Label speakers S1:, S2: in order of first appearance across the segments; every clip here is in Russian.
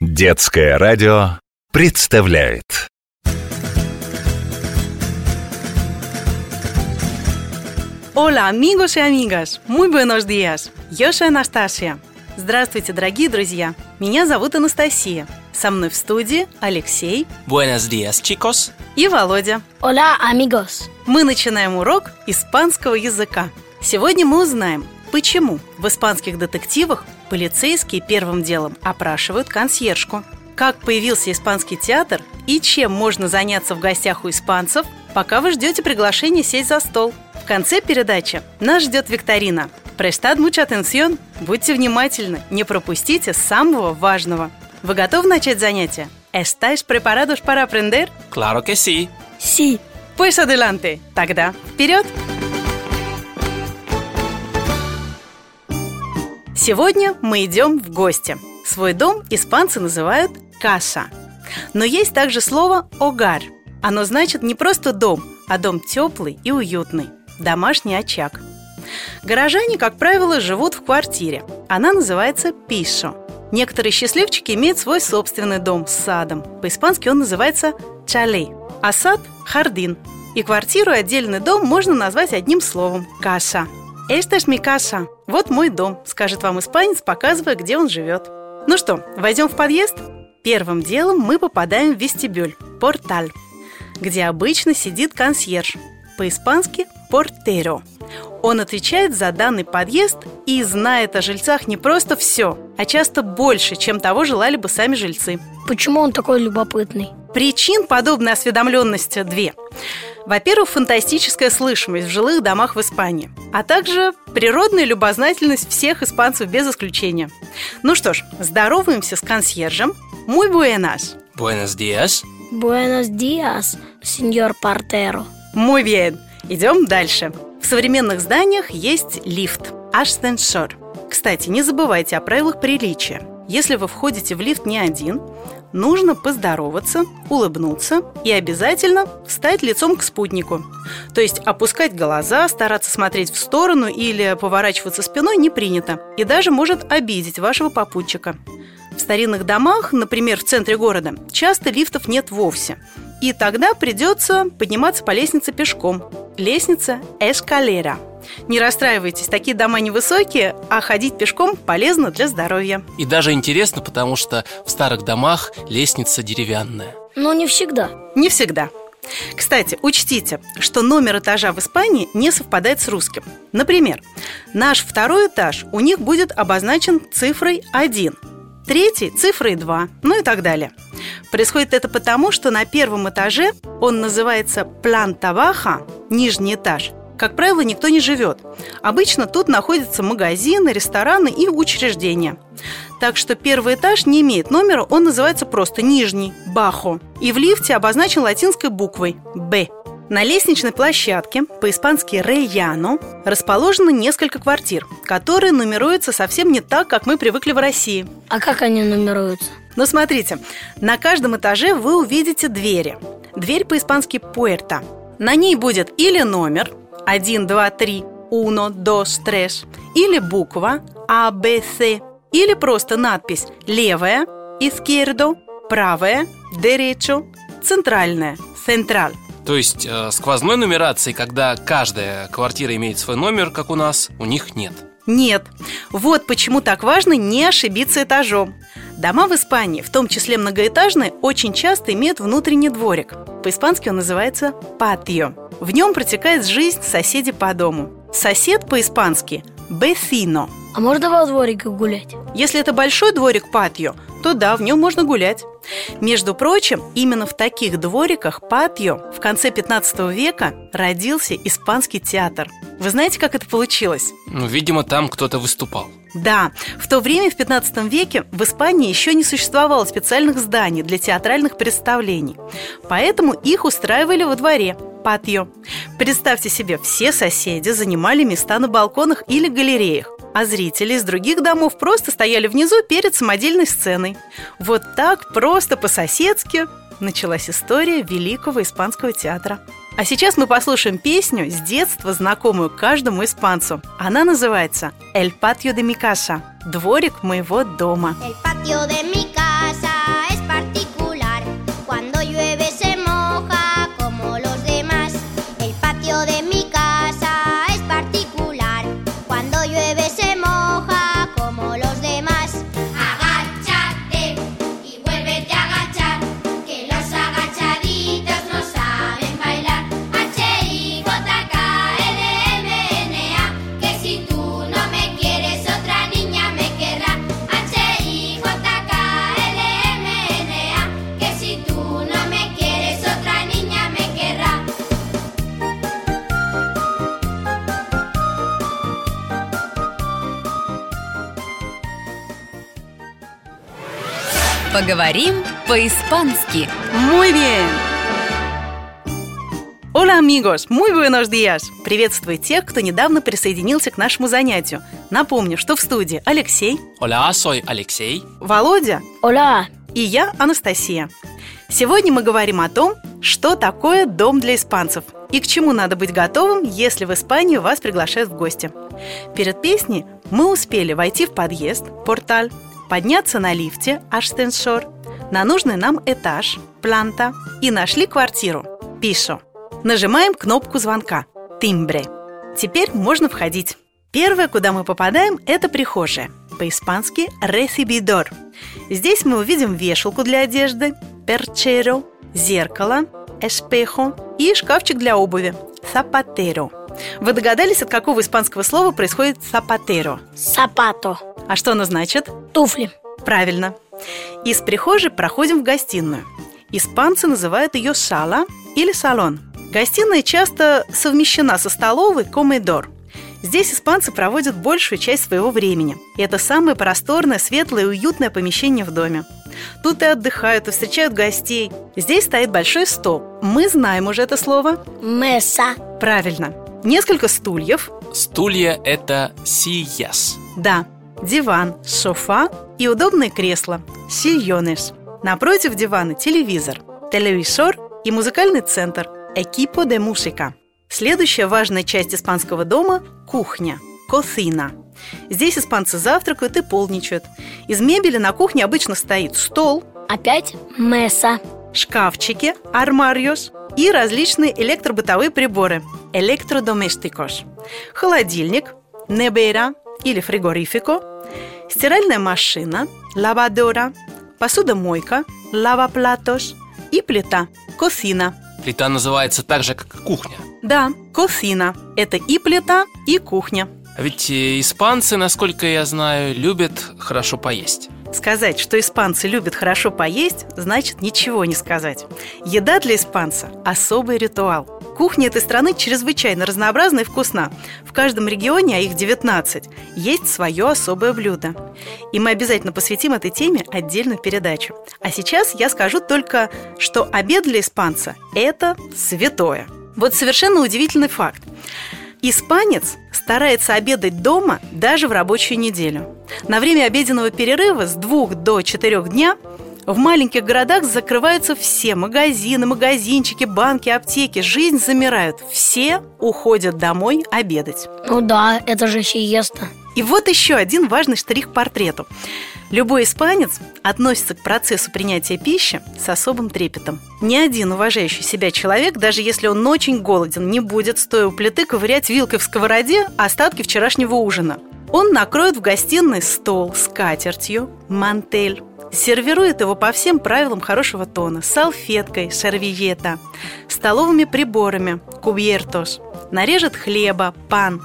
S1: Детское радио представляет
S2: Hola amigos y amigas, muy buenos días. Yo soy Анастасия. Здравствуйте, дорогие друзья. Меня зовут Анастасия. Со мной в студии Алексей
S3: Buenos días, chicos.
S2: и Володя.
S4: Hola amigos.
S2: Мы начинаем урок испанского языка. Сегодня мы узнаем, почему в испанских детективах полицейские первым делом опрашивают консьержку, как появился испанский театр и чем можно заняться в гостях у испанцев, пока вы ждете приглашения сесть за стол. В конце передачи нас ждет викторина. Prestad mucha atención. Будьте внимательны, не пропустите самого важного. Вы готовы начать занятие? Estáis preparados para aprender?
S3: Claro que sí.
S4: Sí.
S2: Pues adelante. Тогда вперед! Сегодня мы идем в гости. Свой дом испанцы называют «каса». Но есть также слово «огар». Оно значит не просто дом, а дом теплый и уютный, домашний очаг. Горожане, как правило, живут в квартире. Она называется «пишо». Некоторые счастливчики имеют свой собственный дом с садом. По-испански он называется «чалей», а сад – «хардин». И квартиру и отдельный дом можно назвать одним словом – «каша». «Esta es mi casa» – «Вот мой дом», – скажет вам испанец, показывая, где он живет. Ну что, войдем в подъезд? Первым делом мы попадаем в вестибюль – «порталь», где обычно сидит консьерж, по-испански «портеро». Он отвечает за данный подъезд и знает о жильцах не просто все, а часто больше, чем того желали бы сами жильцы.
S4: Почему он такой любопытный?
S2: Причин подобной осведомленности две. Во-первых, фантастическая слышимость в жилых домах в Испании, а также природная любознательность всех испанцев без исключения. Ну что ж, здороваемся с консьержем. Muy buenas.
S3: Buenos días.
S4: Buenos días, señor Parterro.
S2: Muy bien. Идем дальше. В современных зданиях есть лифт – ascensor. Кстати, не забывайте о правилах приличия. Если вы входите в лифт не один, нужно поздороваться, улыбнуться и обязательно встать лицом к спутнику. То есть опускать глаза, стараться смотреть в сторону или поворачиваться спиной не принято и даже может обидеть вашего попутчика. В старинных домах, например, в центре города, часто лифтов нет вовсе. И тогда придется подниматься по лестнице пешком. Лестница эскалера. Не расстраивайтесь, такие дома невысокие, а ходить пешком полезно для здоровья.
S3: И даже интересно, потому что в старых домах лестница деревянная.
S4: Но Ну, не всегда.
S2: Не всегда. Кстати, учтите, что номер этажа в Испании не совпадает с русским. Например, наш второй этаж у них будет обозначен цифрой 1, третий – цифрой 2, ну и так далее. Происходит это потому, что на первом этаже он называется план Таваха, нижний этаж, как правило, никто не живет. Обычно тут находятся магазины, рестораны и учреждения. Так что первый этаж не имеет номера, он называется просто нижний – «бахо». И в лифте обозначен латинской буквой «б». На лестничной площадке, по-испански «рейяно», расположено несколько квартир, которые нумеруются совсем не так, как мы привыкли в России.
S4: А как они нумеруются?
S2: Но смотрите, на каждом этаже вы увидите двери. Дверь по-испански «пуэрта». На ней будет или номер 1, 2, 3, 1, 2, 3, или буква А, Б, С, или просто надпись «левая», «изкердо», «правая», «деречо», «центральная», «централь».
S3: То есть э, сквозной нумерации, когда каждая квартира имеет свой номер, как у нас, у них нет.
S2: Нет. Вот почему так важно не ошибиться этажом. Дома в Испании, в том числе многоэтажные, очень часто имеют внутренний дворик. По-испански он называется патио. В нем протекает жизнь соседей по дому. Сосед по-испански – бесино.
S4: А можно во дворике гулять?
S2: Если это большой дворик патио, то да, в нем можно гулять. Между прочим, именно в таких двориках патио в конце 15 века родился испанский театр. Вы знаете, как это получилось?
S3: Ну, видимо, там кто-то выступал.
S2: Да, в то время, в 15 веке, в Испании еще не существовало специальных зданий для театральных представлений. Поэтому их устраивали во дворе, патио. Представьте себе, все соседи занимали места на балконах или галереях, а зрители из других домов просто стояли внизу перед самодельной сценой. Вот так, просто по-соседски, началась история великого испанского театра. А сейчас мы послушаем песню с детства, знакомую каждому испанцу. Она называется «El patio de mi casa» – «Дворик моего дома».
S5: El patio de mi casa Поговорим по-испански
S2: Muy bien! Hola, amigos! Muy buenos días! Приветствую тех, кто недавно присоединился к нашему занятию. Напомню, что в студии Алексей,
S3: Оля, сой Алексей
S2: Володя
S4: Оля,
S2: и я, Анастасия. Сегодня мы говорим о том, что такое дом для испанцев и к чему надо быть готовым, если в Испанию вас приглашают в гости. Перед песней мы успели войти в подъезд, порталь, подняться на лифте, аштеншор, на нужный нам этаж, планта, и нашли квартиру, пишо. Нажимаем кнопку звонка, тимбре. Теперь можно входить. Первое, куда мы попадаем, это прихожая. По-испански «ресибидор». Здесь мы увидим вешалку для одежды, перчеро, зеркало, эспехо и шкафчик для обуви, сапатеро. Вы догадались, от какого испанского слова происходит сапатеро?
S4: сапато,
S2: А что оно значит?
S4: туфли,
S2: Правильно. Из прихожей проходим в гостиную. Испанцы называют ее сала или салон. Гостиная часто совмещена со столовой комедор. Здесь испанцы проводят большую часть своего времени. И это самое просторное, светлое и уютное помещение в доме. Тут и отдыхают, и встречают гостей. Здесь стоит большой стол. Мы знаем уже это слово.
S4: меса,
S2: Правильно. Несколько стульев.
S3: Стулья это сияс
S2: Да, диван, софа и удобное кресло – сильонеш. Напротив дивана – телевизор, телевизор и музыкальный центр – экипо де мусика. Следующая важная часть испанского дома – кухня – косина. Здесь испанцы завтракают и полничают. Из мебели на кухне обычно стоит стол,
S4: опять меса,
S2: шкафчики – армариос и различные электробытовые приборы – электродоместикос, холодильник – небера или фригорифико, стиральная машина – лавадора, посудомойка – лаваплатос и плита – косина.
S3: Плита называется так же, как и кухня
S2: Да, косина – это и плита, и кухня.
S3: А ведь э, испанцы, насколько я знаю, любят хорошо поесть
S2: Сказать, что испанцы любят хорошо поесть, значит ничего не сказать. Еда для испанца – особый ритуал. Кухня этой страны чрезвычайно разнообразна и вкусна. В каждом регионе, а их 19, есть свое особое блюдо. И мы обязательно посвятим этой теме отдельную передачу. А сейчас я скажу только, что обед для испанца – это святое. Вот совершенно удивительный факт. Испанец старается обедать дома даже в рабочую неделю. На время обеденного перерыва с 2 до 4 дня в маленьких городах закрываются все магазины, магазинчики, банки, аптеки. Жизнь замирает. Все уходят домой обедать.
S4: ну да, это же сиеста,
S2: И вот еще один важный штрих к портрету. Любой испанец относится к процессу принятия пищи с особым трепетом. Ни один уважающий себя человек, даже если он очень голоден, не будет, стоя у плиты, ковырять вилкой в сковороде остатки вчерашнего ужина. Он накроет в гостиной стол с катертью, мантель, сервирует его по всем правилам хорошего тона, салфеткой, сервиета, столовыми приборами, кубьертос, нарежет хлеба, пан,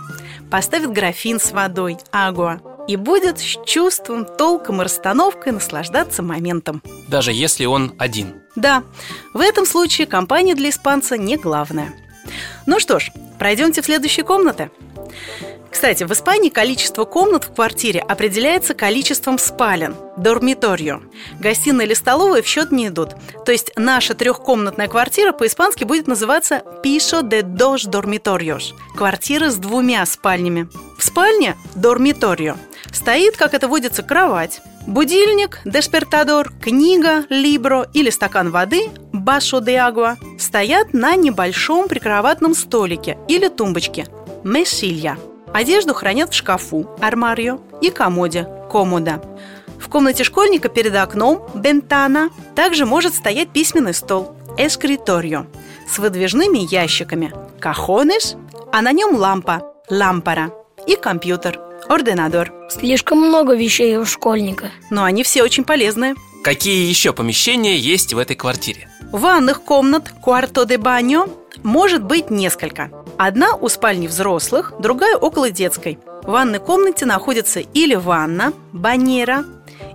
S2: поставит графин с водой, агуа, и будет с чувством, толком и расстановкой наслаждаться моментом.
S3: Даже если он один
S2: Да, в этом случае компания для испанца не главная. Ну что ж, пройдемте в следующие комнаты. Кстати, в Испании количество комнат в квартире определяется количеством спален – дормиторио. Гостиная или столовая в счет не идут. То есть наша трехкомнатная квартира по-испански будет называться «пишо де dos dormitorios» – квартира с двумя спальнями. В спальне – дормиторио. Стоит, как это водится, кровать, будильник, деспертадор, книга, либро или стакан воды – «башо де агуа» стоят на небольшом прикроватном столике или тумбочке – «месилья». Одежду хранят в шкафу, армарио и комоде, комода. В комнате школьника перед окном, бентана, также может стоять письменный стол, эскриторио, с выдвижными ящиками, кахонеш, а на нем лампа, лампара, и компьютер, орденадор.
S4: слишком много вещей у школьника,
S2: Но они все очень полезные.
S3: Какие еще помещения есть в этой квартире?
S2: Ванных комнат, куарто де баньо, может быть несколько. Одна у спальни взрослых, другая около детской. В ванной комнате находится или ванна, баньера,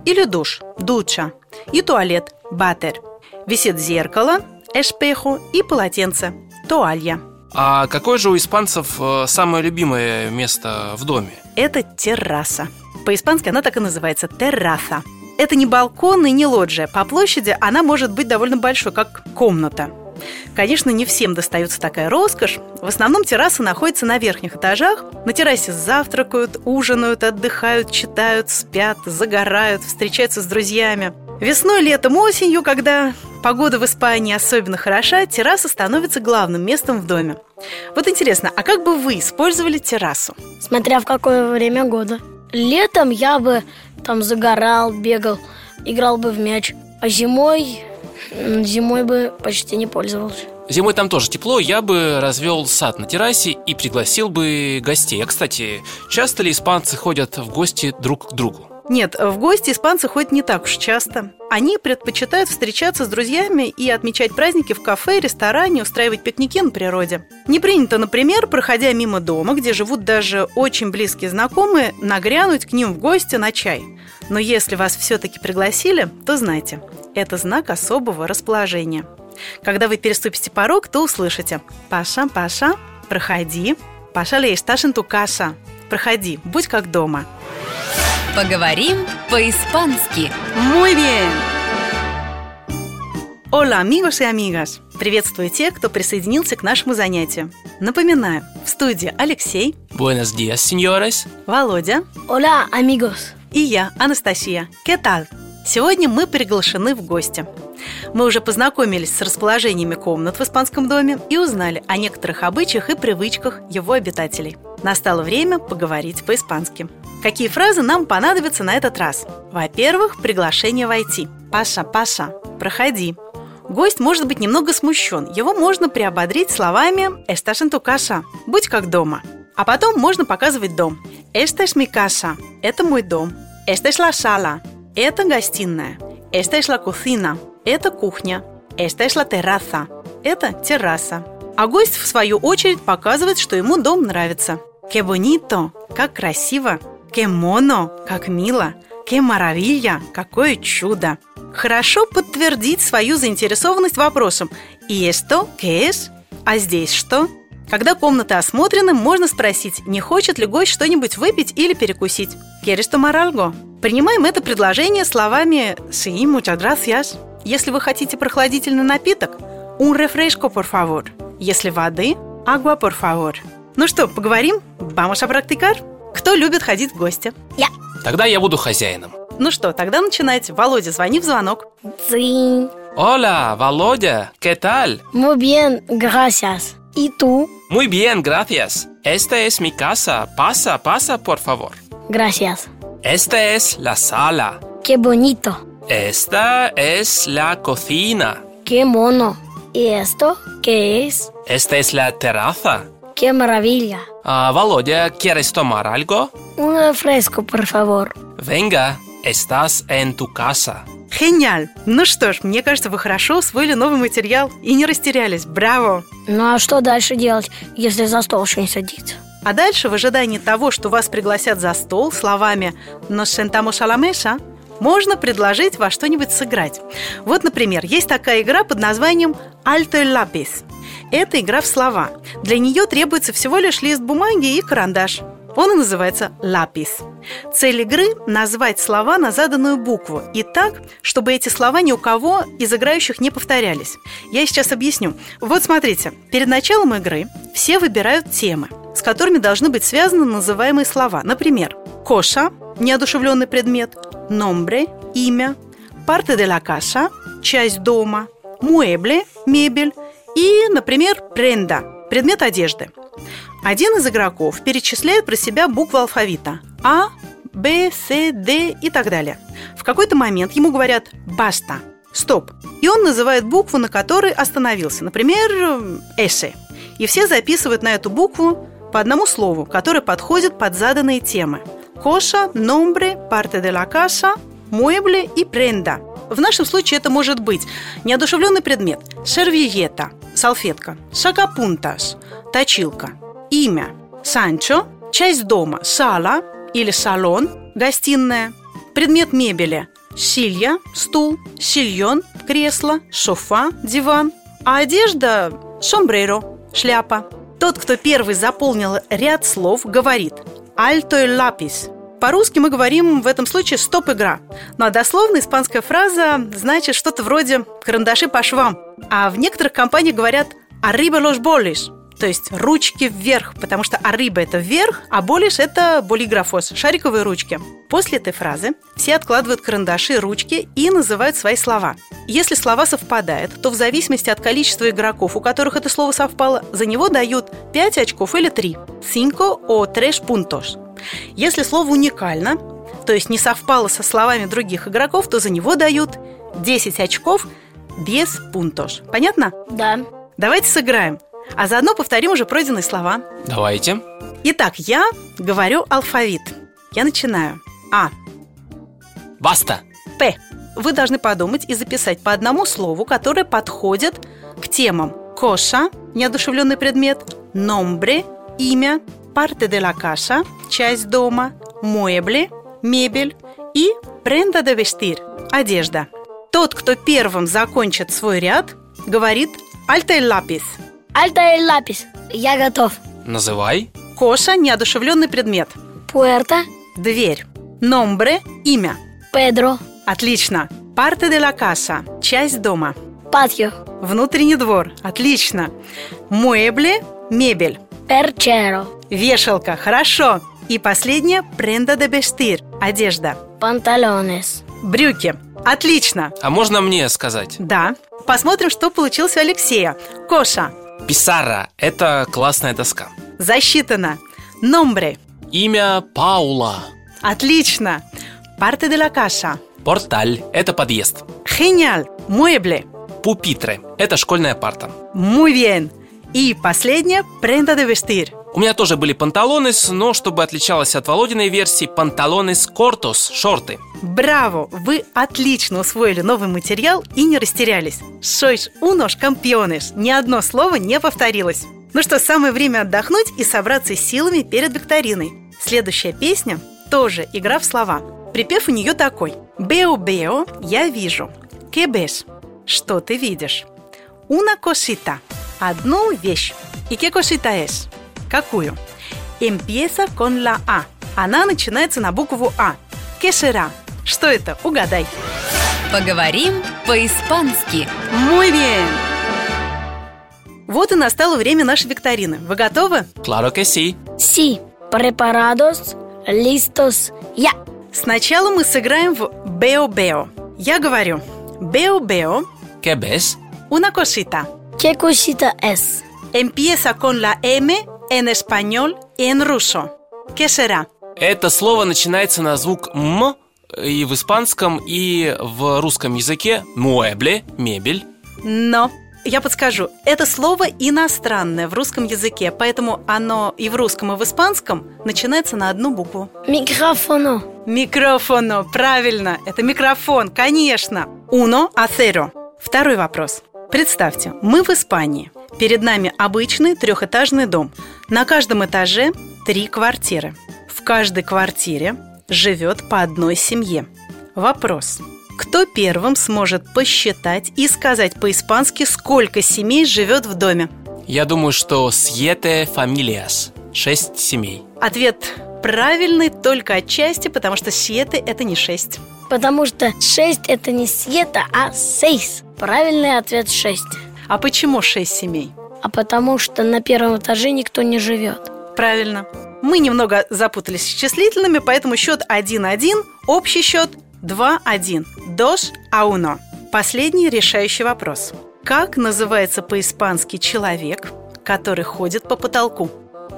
S2: или душ, дуча, и туалет, батер. Висит зеркало, эшпехо и полотенце, туалья.
S3: А какое же у испанцев э, самое любимое место в доме?
S2: Это терраса. По-испански она так и называется – терраса. Это не балкон и не лоджия. По площади она может быть довольно большой, как комната. Конечно, не всем достается такая роскошь. В основном террасы находятся на верхних этажах. На террасе завтракают, ужинают, отдыхают, читают, спят, загорают, встречаются с друзьями. Весной, летом, осенью, когда погода в Испании особенно хороша, терраса становится главным местом в доме. Вот интересно, а как бы вы использовали террасу?
S4: Смотря в какое время года. Летом я бы там загорал, бегал, играл бы в мяч. А зимой... м, Зимой бы почти не пользовался.
S3: Зимой там тоже тепло, я бы развел сад на террасе и пригласил бы гостей. А, кстати, часто ли испанцы ходят в гости друг к другу?
S2: Нет, в гости испанцы ходят не так уж часто. Они предпочитают встречаться с друзьями и отмечать праздники в кафе, ресторане, устраивать пикники на природе. Не принято, например, проходя мимо дома, где живут даже очень близкие знакомые, нагрянуть к ним в гости на чай. Но если вас все-таки пригласили, то знайте, это знак особого расположения. Когда вы переступите порог, то услышите «Паша, Паша, проходи». «Паша лей, сташин ту каша». «Проходи, будь как дома».
S5: Поговорим по-испански.
S2: Muy bien. Hola, amigos и amigas. Приветствую тех, кто присоединился к нашему занятию. Напоминаю, в студии Алексей,
S3: Buenos días, señores.
S2: Володя
S4: Оля, амигос.
S2: и я, Анастасия. ¿Qué tal? Сегодня мы приглашены в гости. Мы уже познакомились с расположениями комнат в испанском доме и узнали о некоторых обычаях и привычках его обитателей. Настало время поговорить по-испански. Какие фразы нам понадобятся на этот раз? Во-первых, приглашение войти. Паша, Паша, проходи. Гость может быть немного смущен. Его можно приободрить словами «Estás en tu casa» – «Будь как дома». А потом можно показывать дом. «Esta es mi casa» – «Это мой дом». «Esta es la sala» – «Это гостиная». «Esta es la cocina» – «Это кухня». «Esta es la terraza» – «Это терраса». А гость, в свою очередь, показывает, что ему дом нравится. «Qué bonito» – «Как красиво». «Qué mono» – «Как мило». «Qué maravilla» – «Какое чудо». Хорошо подтвердить свою заинтересованность вопросом «И что? ¿Qué es?» «А здесь что?» Когда комнаты осмотрены, можно спросить, не хочет ли гость что-нибудь выпить или перекусить. «Quieres tomar algo?» Принимаем это предложение словами «Sí, muchas gracias». Если вы хотите прохладительный напиток, «Un refresco, por favor». Если воды, «Agua, por favor». Ну что, поговорим? Vamos a practicar? Кто любит ходить в гости?
S3: Тогда я буду хозяином.
S2: Ну что, тогда начинайте. Володя, звони в звонок.
S4: Цинь.
S3: Оля, Володя, ¿qué tal?
S4: Muy bien, gracias. И ту?
S3: Muy bien, gracias. Esta es mi casa. Pasa, pasa, por favor.
S4: Gracias.
S3: Esta es la sala.
S4: Qué bonito.
S3: Esta es la cocina.
S4: Qué mono. И esto? ¿Qué es?
S3: Esta es la terraza.
S4: Qué maravilla.
S3: Ah, Володя, ¿quieres tomar algo?
S4: Un refresco, por favor.
S3: Venga, estás en tu casa.
S2: Гениаль! Ну что ж, мне кажется, вы хорошо усвоили новый материал и не растерялись. Браво!
S4: Ну а что дальше делать, если за стол еще не садится?
S2: А дальше, в ожидании того, что вас пригласят за стол словами «Nos sentamos a la mesa», можно предложить во что-нибудь сыграть. Вот, например, есть такая игра под названием «Alto el lápiz». Это игра в слова. Для нее требуется всего лишь лист бумаги и карандаш. Он и называется «Лапис». Цель игры – назвать слова на заданную букву и так, чтобы эти слова ни у кого из играющих не повторялись. Я сейчас объясню. Вот смотрите, перед началом игры все выбирают темы, с которыми должны быть связаны называемые слова. Например, «коша» – неодушевленный предмет, «номбре» – имя, «парте де ла каша» – часть дома, «муэбле» – мебель и, например, «пренда» – предмет одежды. Один из игроков перечисляет про себя буквы алфавита А, Б, С, Д и так далее. В какой-то момент ему говорят «баста», «стоп», и он называет букву, на которой остановился, например, эм, «эши». И все записывают на эту букву по одному слову, которое подходит под заданные темы. Коша, номбре, парте де ла каша, муэбле и пренда. В нашем случае это может быть неодушевленный предмет, сервиета, салфетка, шагапунтаж, точилка, имя, санчо, часть дома, сала или салон, гостиная, предмет мебели, силья, стул, сильон, кресло, шофа, диван, а одежда – шомбреро, шляпа. Тот, кто первый заполнил ряд слов, говорит «Альто и лапис» По-русски мы говорим в этом случае «стоп-игра». Ну а дословно испанская фраза значит что-то вроде «карандаши по швам». А в некоторых компаниях говорят «arriba los bolis», то есть ручки вверх, потому что «arriba» – это вверх, а «болиш» – это болиграфос, шариковые ручки. После этой фразы все откладывают карандаши, ручки и называют свои слова. Если слова совпадают, то в зависимости от количества игроков, у которых это слово совпало, за него дают 5 очков или 3. Cinco o tres puntos. Если слово уникально, то есть не совпало со словами других игроков, то за него дают 10 очков без пунтош. Понятно?
S4: Да.
S2: Давайте сыграем. А заодно повторим уже пройденные слова.
S3: Давайте.
S2: Итак, я говорю алфавит. Я начинаю. А.
S3: Баста.
S2: П. Вы должны подумать и записать по одному слову, которое подходит к темам коша, неодушевленный предмет, номбре, имя, парте де ла каша, часть дома, муэбле, мебель и пренда де вестир, одежда. Тот, кто первым закончит свой ряд, говорит «Альта лапис».
S4: Альта и лапис. Я готов.
S3: Называй.
S2: Коша – неодушевленный предмет.
S4: Пуэрто.
S2: Дверь. Номбре – имя.
S4: Педро.
S2: Отлично. Парте де ла каша – часть дома.
S4: Патио.
S2: Внутренний двор. Отлично. Муэбле – мебель.
S4: Перчеро.
S2: Вешалка. Хорошо. И последнее – пренда де бештир – одежда.
S4: Панталонес.
S2: Брюки. Отлично.
S3: А можно мне сказать?
S2: Да. Посмотрим, что получилось у Алексея. Коша.
S3: Писара – это классная доска.
S2: Засчитано. Номбре.
S3: Имя Паула.
S2: Отлично. Парте де ла каша.
S3: Порталь – это подъезд.
S2: Гениаль. Муэбле.
S3: Пупитры – это школьная парта.
S2: Muy bien. И последнее – пренда de vestir.
S3: У меня тоже были панталоны, но чтобы отличалась от Володиной версии, панталоны с кортус – шорты.
S2: Браво! Вы отлично усвоили новый материал и не растерялись. Sois unos campeones. Ни одно слово не повторилось. Ну что, самое время отдохнуть и собраться с силами перед викториной. Следующая песня – тоже игра в слова. Припев у нее такой. Бео-бео, я вижу. Кебеш, что ты видишь? Una cosita. Одну вещь. И qué cosita es? Какую? Empieza con la A. Она начинается на букву А. ¿Qué será? Что это? Угадай.
S5: Поговорим по-испански.
S2: Muy bien. Вот и настало время нашей викторины. Вы готовы?
S3: Кларо Кесси.
S4: Си. Препарадос. Листос. Я.
S2: Сначала мы сыграем в бео-бео. Я говорю бео-бео,
S3: Кебес.
S2: una cosita.
S4: Кекусита С.
S2: Empieza con la M en español y en ruso. ¿Qué será?
S3: Это слово начинается на звук «м» и в испанском, и в русском языке «муэбле» – мебель.
S2: Но. Я подскажу, это слово иностранное в русском языке, поэтому оно и в русском, и в испанском начинается на одну букву.
S4: Микрофоно.
S2: Микрофону, правильно, это микрофон, конечно. Uno a cero. Второй вопрос. Представьте, мы в Испании. Перед нами обычный трехэтажный дом. На каждом этаже три квартиры. В каждой квартире живет по одной семье. Вопрос. Кто первым сможет посчитать и сказать по-испански, сколько семей живет в доме?
S3: Я думаю, что «сьете фамилиас» – «шесть семей».
S2: Ответ правильный только отчасти, потому что сиеты – это не шесть.
S4: Потому что 6 это не сьета, а сейс. Правильный ответ 6.
S2: А почему шесть семей?
S4: А потому что на первом этаже никто не живет.
S2: Правильно. Мы немного запутались с числительными, поэтому счет 1-1, общий счет 2-1. Дош ауно. Последний решающий вопрос. Как называется по-испански человек, который ходит по потолку?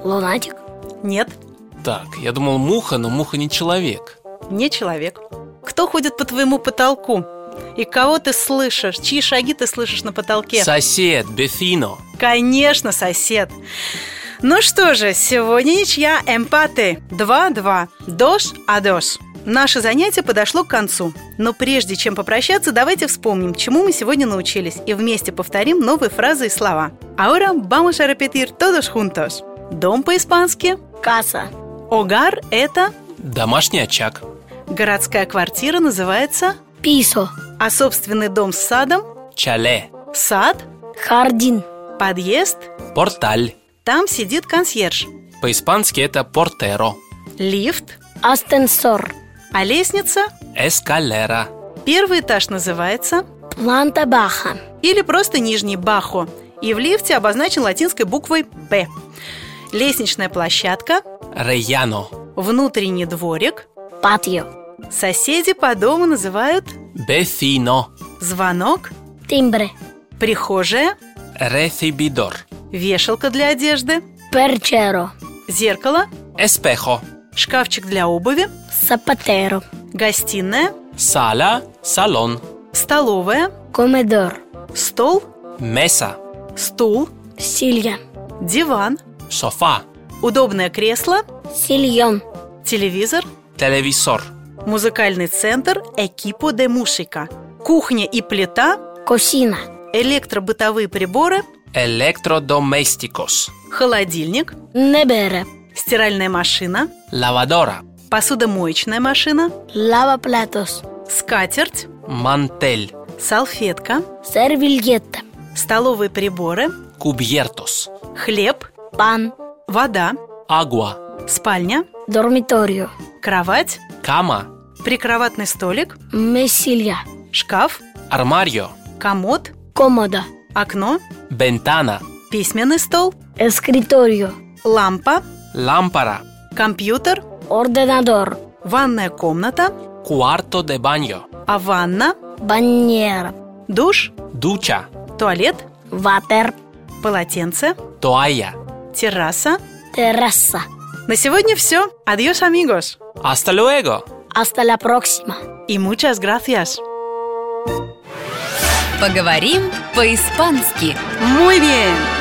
S4: Лунатик.
S2: Нет,
S3: Так, я думал муха, но муха не человек.
S2: не человек. Кто ходит по твоему потолку? И кого ты слышишь? Чьи шаги ты слышишь на потолке?
S3: Сосед, бефино.
S2: Конечно, сосед. Ну что же, сегодня ничья эмпаты 2-2. Дош, адош. Наше занятие подошло к концу. Но прежде чем попрощаться, давайте вспомним, чему мы сегодня научились, и вместе повторим новые фразы и слова. Ahora vamos a repetir todos juntos. Дом по-испански.
S4: Касса.
S2: Огар – это
S3: Домашний очаг.
S2: городская квартира, называется.
S4: Писо.
S2: А собственный дом с садом
S3: Чале.
S2: – сад,
S4: Хардин.
S2: подъезд.
S3: Порталь.
S2: Там сидит консьерж.
S3: По-испански это портеро.
S2: Лифт –
S4: Астенсор.
S2: А лестница?
S3: эскалера.
S2: Первый этаж называется
S4: Планта Баха.
S2: или просто нижний бахо, и в лифте обозначен латинской буквой «Б». Лестничная площадка,
S3: Рейяно.
S2: внутренний дворик,
S4: Патио.
S2: соседи по дому называют
S3: Бефино.
S2: звонок,
S4: Тимбре.
S2: прихожая,
S3: Рефибидор.
S2: вешалка для одежды,
S4: Перчеро.
S2: зеркало,
S3: Эспехо.
S2: шкафчик для обуви,
S4: Сапатеро.
S2: гостиная,
S3: Сала. Салон.
S2: столовая,
S4: Комедор.
S2: стол,
S3: Меса.
S2: стул,
S4: Силья.
S2: диван,
S3: Софа.
S2: удобное кресло,
S4: Сильон.
S2: телевизор,
S3: Телевизор.
S2: музыкальный центр «Экипо де Мушика», кухня и плита,
S4: Косина.
S2: электробытовые приборы,
S3: Электродоместикос.
S2: холодильник,
S4: Небере.
S2: стиральная машина,
S3: Лавадора.
S2: посудомоечная машина,
S4: Лава Платос.
S2: скатерть,
S3: Мантель.
S2: салфетка,
S4: Сервильетта.
S2: столовые приборы,
S3: Кубьертос.
S2: хлеб,
S4: Пан.
S2: вода,
S3: Агуа.
S2: спальня,
S4: Дормиторио.
S2: кровать,
S3: Кама.
S2: прикроватный столик,
S4: Месилья.
S2: шкаф,
S3: Армарио.
S2: комод,
S4: Комода.
S2: окно,
S3: Бентана.
S2: письменный стол,
S4: Эскриторио.
S2: лампа,
S3: Лампара.
S2: компьютер,
S4: Орденадор.
S2: ванная комната,
S3: Куарто де баньо.
S2: а ванна,
S4: Баньера.
S2: душ,
S3: Дуча.
S2: туалет,
S4: Ватер.
S2: полотенце,
S3: Тоая.
S2: терраса.
S4: Терраса.
S2: На сегодня все. Адьос, амигос.
S3: Hasta luego.
S4: Hasta la próxima.
S2: И muchas gracias.
S5: Поговорим по-испански.
S2: Muy bien.